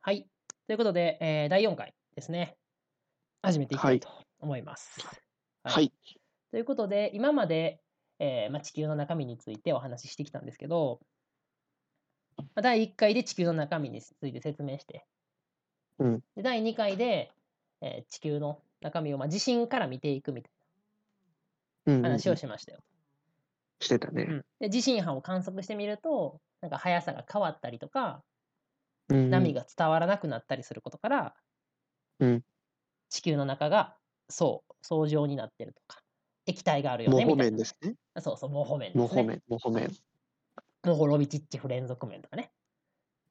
はい。ということで、えー、第4回ですね。始めていきたいと思います。はい。はい、ということで、今まで、えー、まあ、地球の中身についてお話ししてきたんですけど、まあ、第1回で地球の中身について説明して、うん、で第2回で、えー、地球の中身を、まあ、地震から見ていくみたいな話をしましたよ。うんうん、うん、してたね、うんで。地震波を観測してみると、なんか速さが変わったりとか、波が伝わらなくなったりすることから、うん、地球の中がそう層状になってるとか液体があるよねみたいなですねそうそうモホメンですねモホメンモホロビチッチ不連続面とかね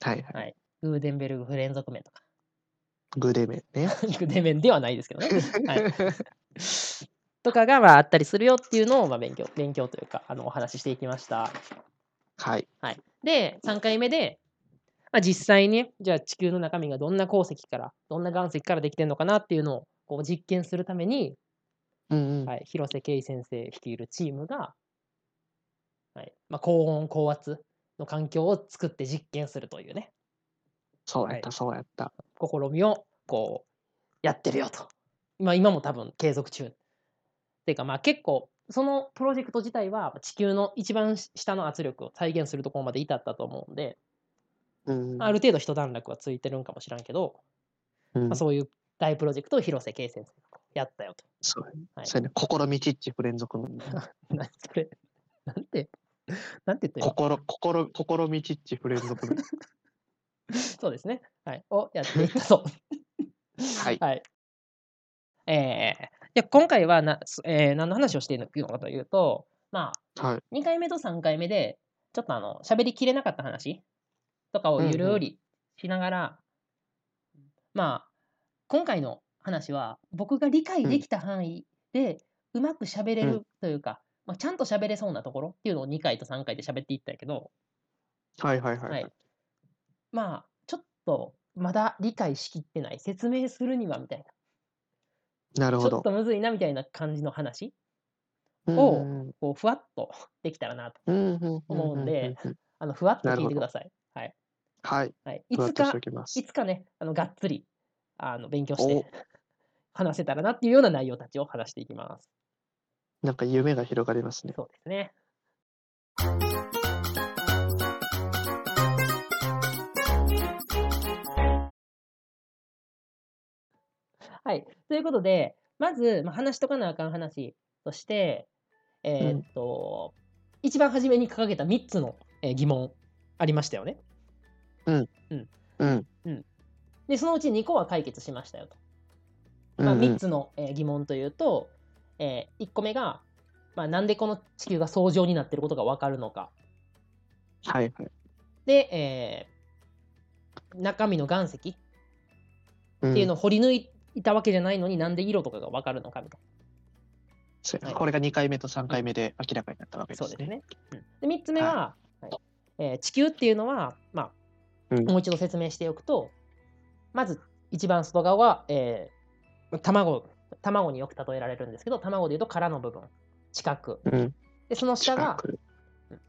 はいはい、はい、グーデンベルグ不連続面とか グーデメンねグーデメンではないです けどね、はい、とかがまああったりするよっていうのをまあ勉強勉強というかあのお話ししていきましたはい、はい、で3回目でまあ、実際に、ね、じゃあ地球の中身がどんな鉱石から、どんな岩石からできてるのかなっていうのをこう実験するために、うんうん、はい、広瀬圭先生率いるチームが、はいまあ、高温高圧の環境を作って実験するというね。そうやった、はい、そうやった。試みをこうやってるよと。まあ、今も多分継続中。っていうかまあ結構そのプロジェクト自体は地球の一番下の圧力を再現するところまで至ったと思うんで、うん、ある程度一段落はついてるんかもしらんけど、うん、まあ、そういう大プロジェクトを広瀬圭先生がやったよと。そう,、はい、そうね。試みちっち不連続の。何 それなんて、なんて言ったよ。心、心、心みちっち不連 続の。そうですね。はい。をやっていったと。はい。はい。えー、じゃ今回はな、えー、何の話をしているのかというと、まあ、はい、 2回目と3回目で、ちょっとあの、喋りきれなかった話とかをゆるりしながら、うんうん、まあ今回の話は僕が理解できた範囲でうまく喋れるというか、うん、まあ、ちゃんと喋れそうなところっていうのを2回と3回で喋っていったんやけどはいはいはい、はい、まあちょっとまだ理解しきってない説明するにはみたいななるほどちょっとむずいなみたいな感じの話をこうふわっとできたらなと思うんであのふわっと聞いてください。はい。、はい。はいいつか、いつかね、あのがっつりあの勉強して話せたらなっていうような内容たちを話していきます。なんか夢が広がりますね。そうですね。はい。ということで、まず、まあ、話しとかなあかん話として、えー、っと、うん、一番初めに掲げた3つの、えー、疑問ありましたよね。うん。うん。うん。うん、で、そのうち2個は解決しましたよと。まあ、3つの、えー、疑問というと、えー、1個目が、まあ、なんでこの地球が相乗になってることが分かるのか。はいはい。で、えー、中身の岩石っていうのを掘り抜いたわけじゃないのに、うん、なんで色とかが分かるのかみたいな。そうはい、これが2回目と3回目で明らかになったわけですね。そうですね。うん、で3つ目は、はい、はいえー、地球っていうのは、まあ、もう一度説明しておくと、うん、まず一番外側は、えー、卵卵によく例えられるんですけど卵でいうと殻の部分四角、うん、でその下が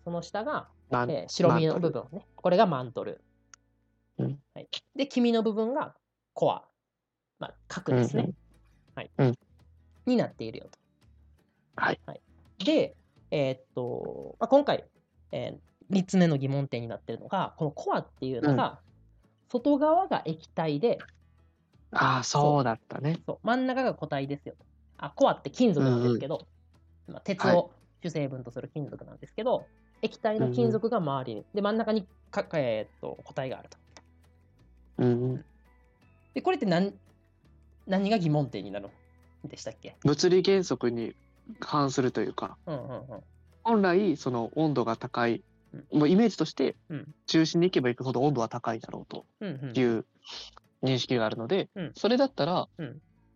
その下が、えー、白身の部分ねこれがマントル、うん、はい、で黄身の部分がコア、まあ、核ですね、はいになっているよと、はい、はい、でえー、っと、まあ、今回、えー、3つ目の疑問点になってるのがこのコアっていうのが、外側が液体で、うん、ああそうだったねそう真ん中が固体ですよあコアって金属なんですけど、うん、まあ、鉄を主成分とする金属なんですけど、はい、液体の金属が周りに、で真ん中にか、えー、っと固体があると、うん、でこれって何何が疑問点になるんでしたっけ物理原則に反するというか、うんうんうん、本来その温度が高いもうイメージとして、中心に行けば行くほど温度は高いだろうという認識があるので、それだったら、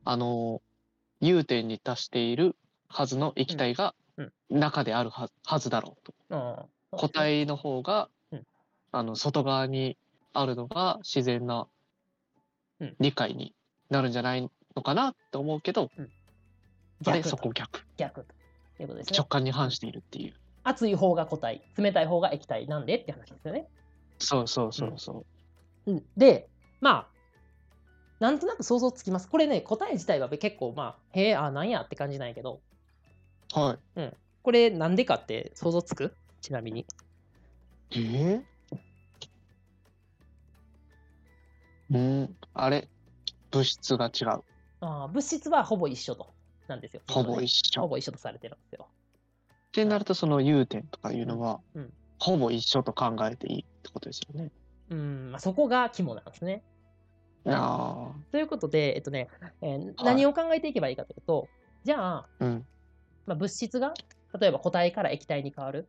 あの融点に達しているはずの液体が中であるはずだろうと、固体の方が、あの外側にあるのが自然な理解になるんじゃないのかなと思うけど、あれそこ逆逆ということです、ね、直感に反しているっていう。熱い方が固体、冷たい方が液体なんでって話ですよね。。そうそうそうそううん、で、まあ、なんとなく想像つきます。これね、答え自体は結構、まあ、へえ、あ、なんやって感じなんやけど、はこれなんでかって想像つくちなみに。い。えー、うん、あれ物質が違う。あー物質はほぼ一緒と、なんですよ。ほぼね一緒。ほっぼ一緒とされてるんですよ。てなると、その融点とかいうのは、うんほぼ一緒と考えていいってことですよね。うん、まあ、そこが肝なんですね。あということで、えっとね、えー何を考えていけばいいかというと、じゃあ、あ。うん。まあ、物質が例えば固体から液体に変わる、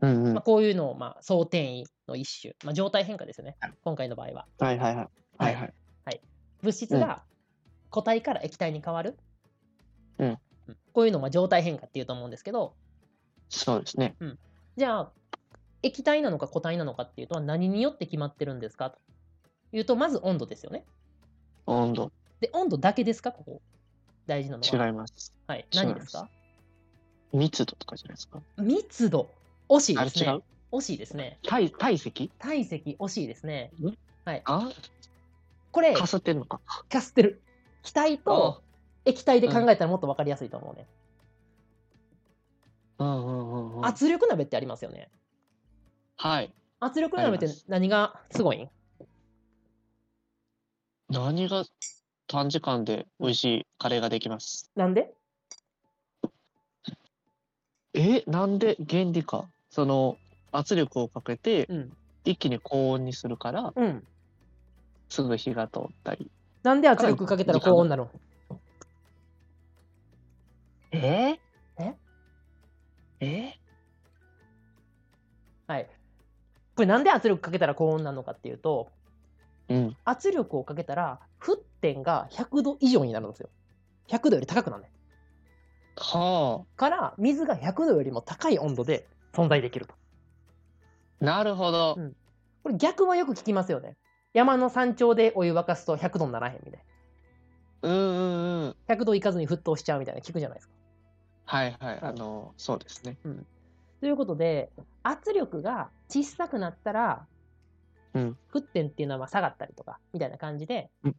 うんうん。まあ、こういうのをまあ相転移の一種、まあ、状態変化ですよねはい今回の場合ははいはいはい。はいはい。物質が固体から液体に変わる、うんうんこういうのをまあ状態変化っていうと思うんですけどそうですね。じゃあ液体なのか固体なのかっていうと何によって決まってるんですかというとまず温度ですよね温度で温度だけですかここ大事なの違は、います。はい、違い何ますですか密度とかじゃないですか。密度惜しいあでれす違ねう惜しいですね体体積体積惜しいですねあこれかすってんのか。かすってる気体と液体で考えたらもっと分かりやすいと思うね、ああ。うんうんうんうん。圧力鍋ってありますよねはい。圧力鍋っありてます何がすごいん何が短時間で美味しいカレーができます。なんでえなんで原理か。その圧力をかけてうん一気に高温にするからうんすぐ火が通ったり。なんで圧力かけたら高温なのえええはいこれなんで圧力かけたら高温なのかっていうとうん。圧力をかけたら沸点が100度以上になるんですよ100度より高くなるねはから水が100度よりも高い温度で存在できるとあ。なるほどうん。これ逆はよく聞きますよね山の山頂でお湯沸かすと100度にならへんみたいうんうんうん。な100度いかずに沸騰しちゃうみたいな聞くじゃないですかはいはい。あの、そうですね。ということで圧力が小さくなったら、うん沸点っていうのはまあ下がったりとかみたいな感じでうん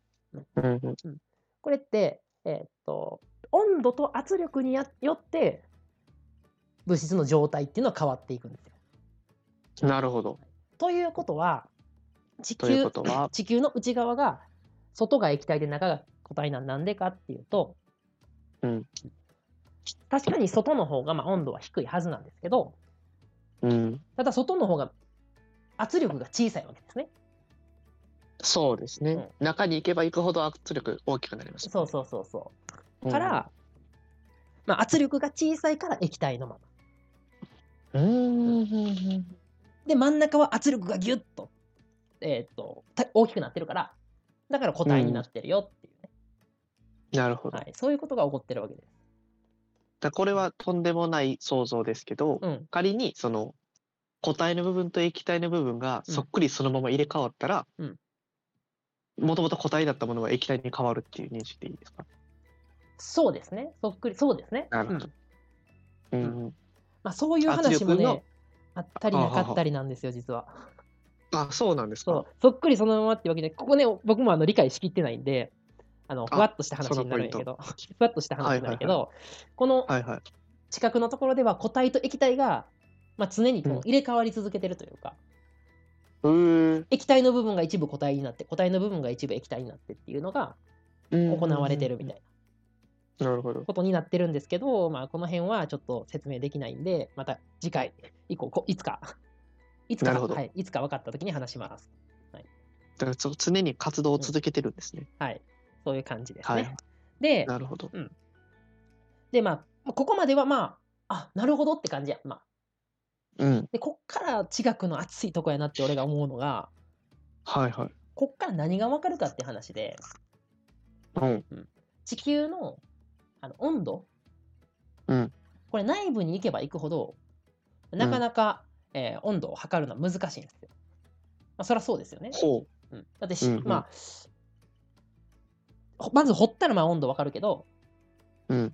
うん。これって、えーっと温度と圧力にやよって物質の状態っていうのは変わっていくんですよ。なるほど。ということは地という球ことは地球の内側が外が液体で中が固体なんなんでかっていうと、うん確かに外の方がまあ温度は低いはずなんですけどうん。ただ外の方が圧力が小さいわけですね。そうですね、うん中に行けば行くほど圧力大きくなります。そうそうそうそうう。から、まあ、圧力が小さいから液体のまま。ん。うんうんうん。で、真ん中は圧力がギュッと、えーっと、た大きくなってるから、だから固体になってるよっていうね。なるほど。だかはい。そういうことが起こってるわけです。らこれはとんでもない想像ですけど、うん。仮にその固体の部分と液体の部分がそっくりそのまま入れ替わったらうん、もともと固体だったものは液体に変わるっていう認識でいいですか。そうですね。そっくり、そうですね。なるほうどん。うんんううん。まあ、そういう話も圧力のね、あったりなかったりなんですよ、実は。あ、そうなんですそうか。。そっくりそのままってわけで、ここね、僕もあの理解しきってないんで、あの、あふわっとした話になるんやけど、ふわっとした話になるけど、はこのはいはい。近くのところでは固体と液体が、まあ、常にこうんう入れ替わり続けてるというか、うー液体の部分が一部固体になって固体の部分が一部液体になってっていうのがん。行われてるみたいななるほど。ことになってるんですけど、まあ、この辺はちょっと説明できないんでまた次回以降こいつかいつかなるほどはい、いつか分かった時に話しますだからそう常に活動を続けてるんですね。はいそういう感じですね、はい。でなるほど。でまあここまではまああなるほどって感じや、まあ、うん。でこっから地学の熱いとこやなって俺が思うのがはいはい。こっから何が分かるかって話でうん。地球のあの温度、うんこれ内部に行けば行くほどなかなか、えー温度を測るのは難しいんですよ。まあ、そりゃそうですよね。ほう。うんだってし、うんうんまあほまず掘ったらまあ温度わかるけど、うん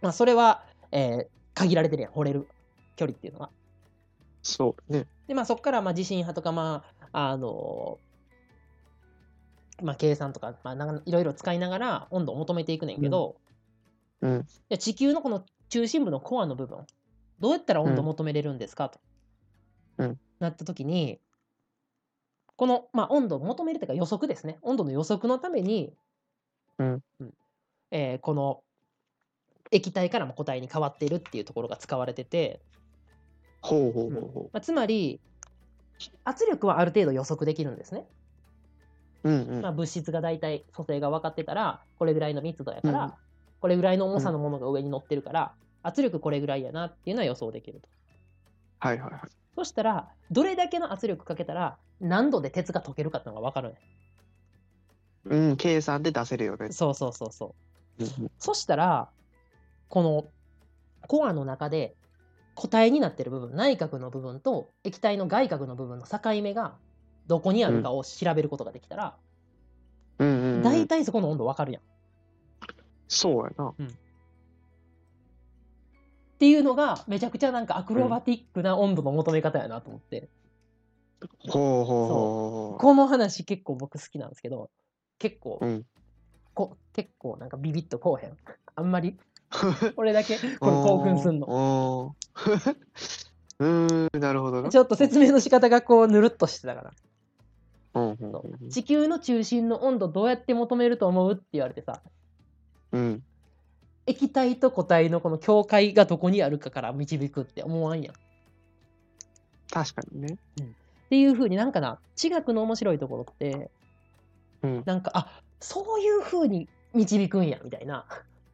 まあ、それは、えー限られてるやん掘れる距離っていうのは。そうね。でまあそこからまあ地震波とかまああのまあ、計算とか、まあ、なんかいろいろ使いながら温度を求めていくねんけど、うんうんいや地球のこの中心部のコアの部分どうやったら温度を求めれるんですかと、うんなった時にこの、まあ、温度を求めるというか予測ですね温度の予測のために、うんえーこの液体からも固体に変わっているっていうところが使われてて、ほうほうほうほまあ、つまり圧力はある程度予測できるんですね。う。うんうん。まあ、物質が大体組成が分かってたらこれぐらいの密度やから、うんこれぐらいの重さのものが上に乗ってるから、圧力これぐらいやなっていうのは予想できるとはいはいはい。そしたらどれだけの圧力かけたら何度で鉄が溶けるかっていうのが分かるねうん、計算で出せるよね。そうそうそうそううんそしたらこのコアの中で固体になってる部分内核の部分と液体の外核の部分の境目がどこにあるかを調べることができたら、うんうんうん。大体そこの温度分かるやんそうやな。っていうのがめちゃくちゃなんかアクロバティックな温度の求め方やなと思って、ほうほうほうほう。この話結構僕好きなんですけど結構、うんこ結構なんかビビッとこうへん あんま り俺だけこれ興奮すんのの。うーん、 なるほどな。ちょっと説明の仕方がこうぬるっとしてたからうんうんそううん地球の中心の温度どうやって求めると思うって言われてさうん。液体と固体のこの境界がどこにあるかから導くって思わんやんっ確かにね。ていう風になんかな地学の面白いところってうん。なんかあそういう風に導くんやみたいな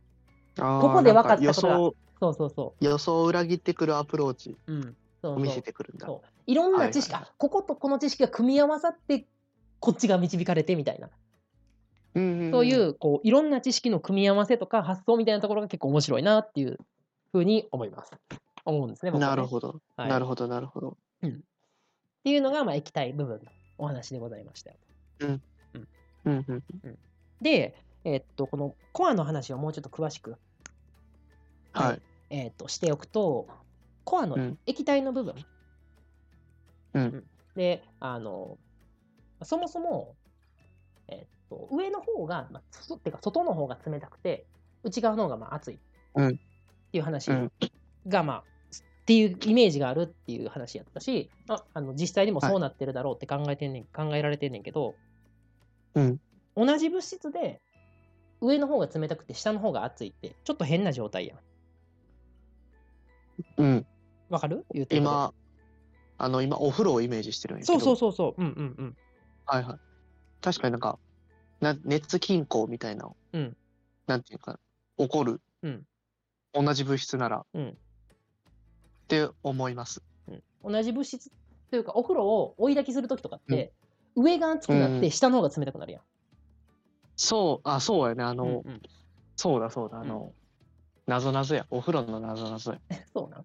こここで分かった予ことが想、そうそうそ予想を裏切ってくるアプローチう。うん。そをう見そせうてくるんだ。そういろんな知識、はいはいあこことこの知識が組み合わさって、こっちが導かれてみたいな。うんんんそうい。う、こう、いろんな知識の組み合わせとか発想みたいなところが結構面白いなっていうふうに思います。思うんですね。僕はねなるほど。はいなるほど、なるほど。っていうのが、まあ、液体部分のお話でございましたよ。うんうん。で、えっと、このコアの話をもうちょっと詳しく、はい。えっと、しておくと、コアのうん液体の部分。うんで、あの、そもそも、えっと、上の方が、まあ、つってか、外の方が冷たくて、内側の方がまあ熱い。うっんていう話うんが、まあ、っていうイメージがあるっていう話やったし、ああの実際にもそうなってるだろうって考えてんねん、考えられてんねんけど、うん同じ物質で、上の方が冷たくて下の方が熱いって、ちょっと変な状態やん。うん。わかる言ってること今、あの、今、お風呂をイメージしてるんやけそど。うそうそうそう。うんうんうん。はいはい。確かになんか、な熱均衡みたいな、うんなんていうか、起こる、うん同じ物質なら、うんって思います。同じ物質というかお風呂を追い焚きする時とかって、上が熱くなっうんて下の方が冷たくなるやん。そう、あ、そうやね。あの、うんうんそうだそうだ、あの、なぞなぞや。お風呂のなぞなぞや。そうなん。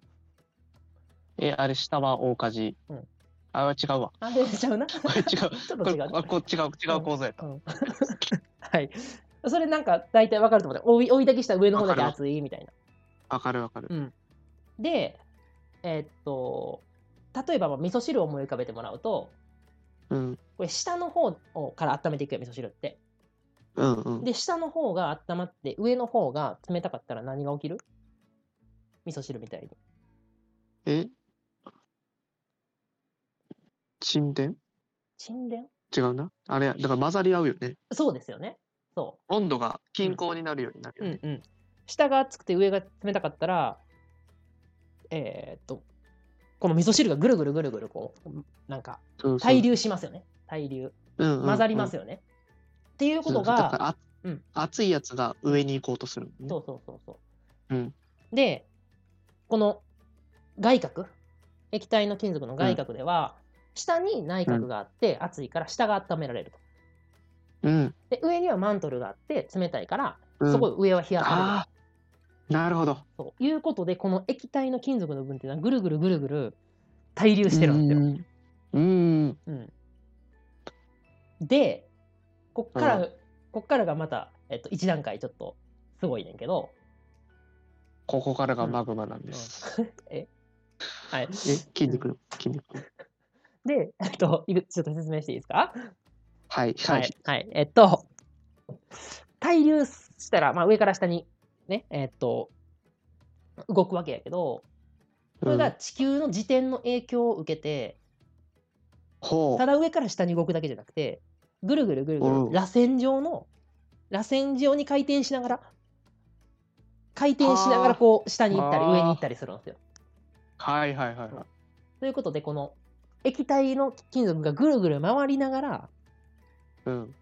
え、あれ、下は大火事。うんあれ違 うわ。あれちゃうな。 ちあれ違う。ょっことれ違う。あこ違う、違う構造やった。うん はい。それなんか大体わかると思うね。追い追い焚きした上の方だけわか熱いみたいな。わかるわかる。で、えーっと、例えばまあ味噌汁を思い浮かべてもらうと、うん。これ下の方をから温めていくよ、味噌汁って。うんうん。で、下の方が温まって、上の方が冷たかったら何が起きる味噌汁みたいに。え沈殿沈殿違うな。あれや、だから混ざり合うよね。そうですよね。そ温度が均衡になるようになるう。よね。うん。下が熱くて上が冷たかったら、えーっと、この味噌汁がぐるぐるぐるぐるこう、なんか、そうそう対流しますよね。対流。うんうんうん混ざりますよね。っていうことそうそうだからが、あうん熱いやつが上に行こうとするのね。そうそうそうそう。うんで、この外角、液体の金属の外角では、下に内角があって、熱いから下が温められると。うん。で、上にはマントルがあって、冷たいから、うんそこ上は冷やされると。ああ、なるほど。ということで、この液体の金属の分っていうのはぐるぐるぐるぐる対流してるんですよ。うん。うん。うんで、こっから、うこっからがまた、えっと、一段階ちょっとすごいねんけど、ここからがマグマなんです。はい、え、筋肉の、筋肉の。で、えっと、いくちょっと説明していいですかはい、ははいい。、はい、えっと、対流したら、まあ、上から下にね、えっと、動くわけやけど、これうがん地球の自転の影響を受けて、ほただ上から下に動くだけじゃなくて、ぐるぐるぐるぐうんる、螺旋状の、螺旋状に回転しながら、回転しながら、こう、下に行ったり、はあ上に行ったりするんですよ。う。はいはいはいはい。ということで、この液体の金属がぐるぐる回りながら、うん。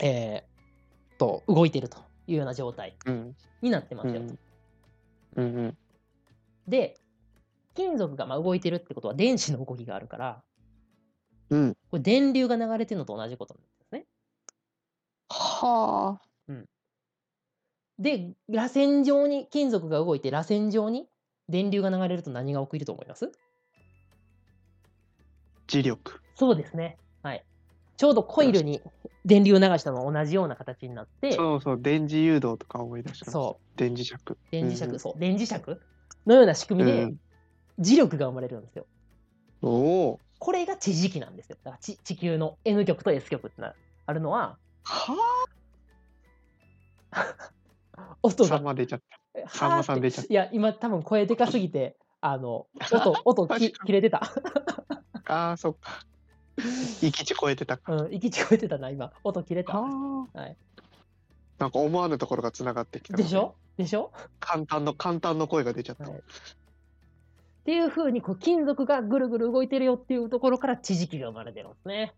えー、と、動いてるというような状態うん。になってますうよ。ん。うんうん。で金属がまあ動いてるってことは電子の動きがあるからうん。これ電流が流れてるのと同じことなんですね。はあ。で螺旋状に金属が動いて螺旋状に電流が流れると何が起きると思います磁力。そうですね。はい。ちょうどコイルに電流を流したのは同じような形になってそうそう。電磁誘導とか思い出した。。そう電磁石。う電磁石、うんそう電磁石のような仕組みうでん磁力が生まれるんですよ。おお。これが地磁気なんですよ。だから地地球の N 極と S 極ってなあるのははあ。音さがんま出ちゃっさんはまさんー出ちゃっっていや、今多分声でかすぎて、あの、 音、音き確かに切れてた。た。ああ、そっ か。息地超えてたか。うん、息聞こえてたな、今。音切れた。はあ。はい。なんか思わぬところがつながってきた。でしょでしょ、簡単の簡単の声が出ちゃった。はいっていう風に、こう、金属がぐるぐる動いてるよっていうところから地磁気が生まれてるんですね。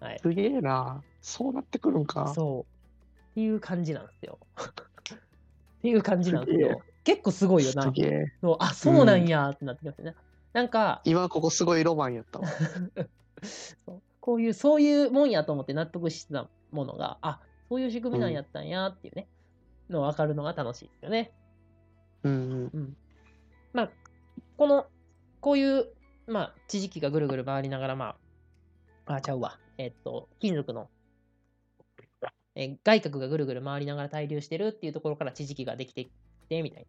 はい。すげえな。そうなってくるんか。そう。っていう感じなんですよ。 っていう感じなんですすよ。結構すごいよすな。げえ。そうあ、そうなんやってなってきましたね。なんか、今ここすごいロマンや ったわ。そうこういうそういうもんやと思って納得してたものがあそういう仕組みなんやったんやっていうね、の分かるのが楽しいですよね。うんうん。まあこのこういう、まあ、地磁気がぐるぐる回りながらまああちゃうわえっと金属のえー外角がぐるぐる回りながら対流してるっていうところから地磁気ができてきてみたい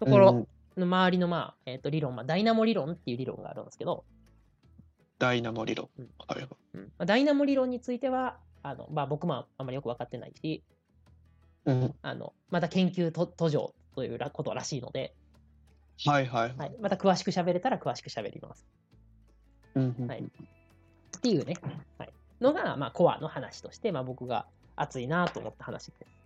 なとこうんうろんの周りの、まあえっと理論、まあ、ダイナモ理論っていう理論があるんですけど、ダイナモ理論。うんあれまあダイナモ理論についてはあの、まあ、僕もあんまりよく分かってないしうん。あのまた研究と途上というらことらしいので、はいはい。はい、また詳しく喋れたら詳しく喋りますうんうんはいっていうね、はい、のが、まあ、コアの話として、まあ、僕が熱いなと思った話です。